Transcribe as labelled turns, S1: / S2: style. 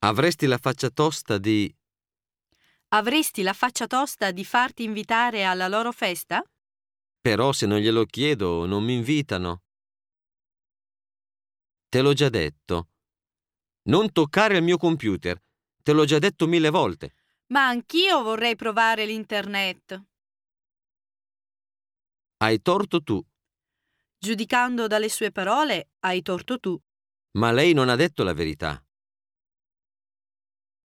S1: Avresti la faccia tosta di...
S2: Avresti la faccia tosta di farti invitare alla loro festa?
S1: Però se non glielo chiedo non mi invitano. Te l'ho già detto. Non toccare il mio computer. Te l'ho già detto mille volte.
S2: Ma anch'io vorrei provare l'internet.
S1: Hai torto tu,
S2: Giudicando dalle sue parole, hai torto tu.
S1: ma lei non ha detto la verità.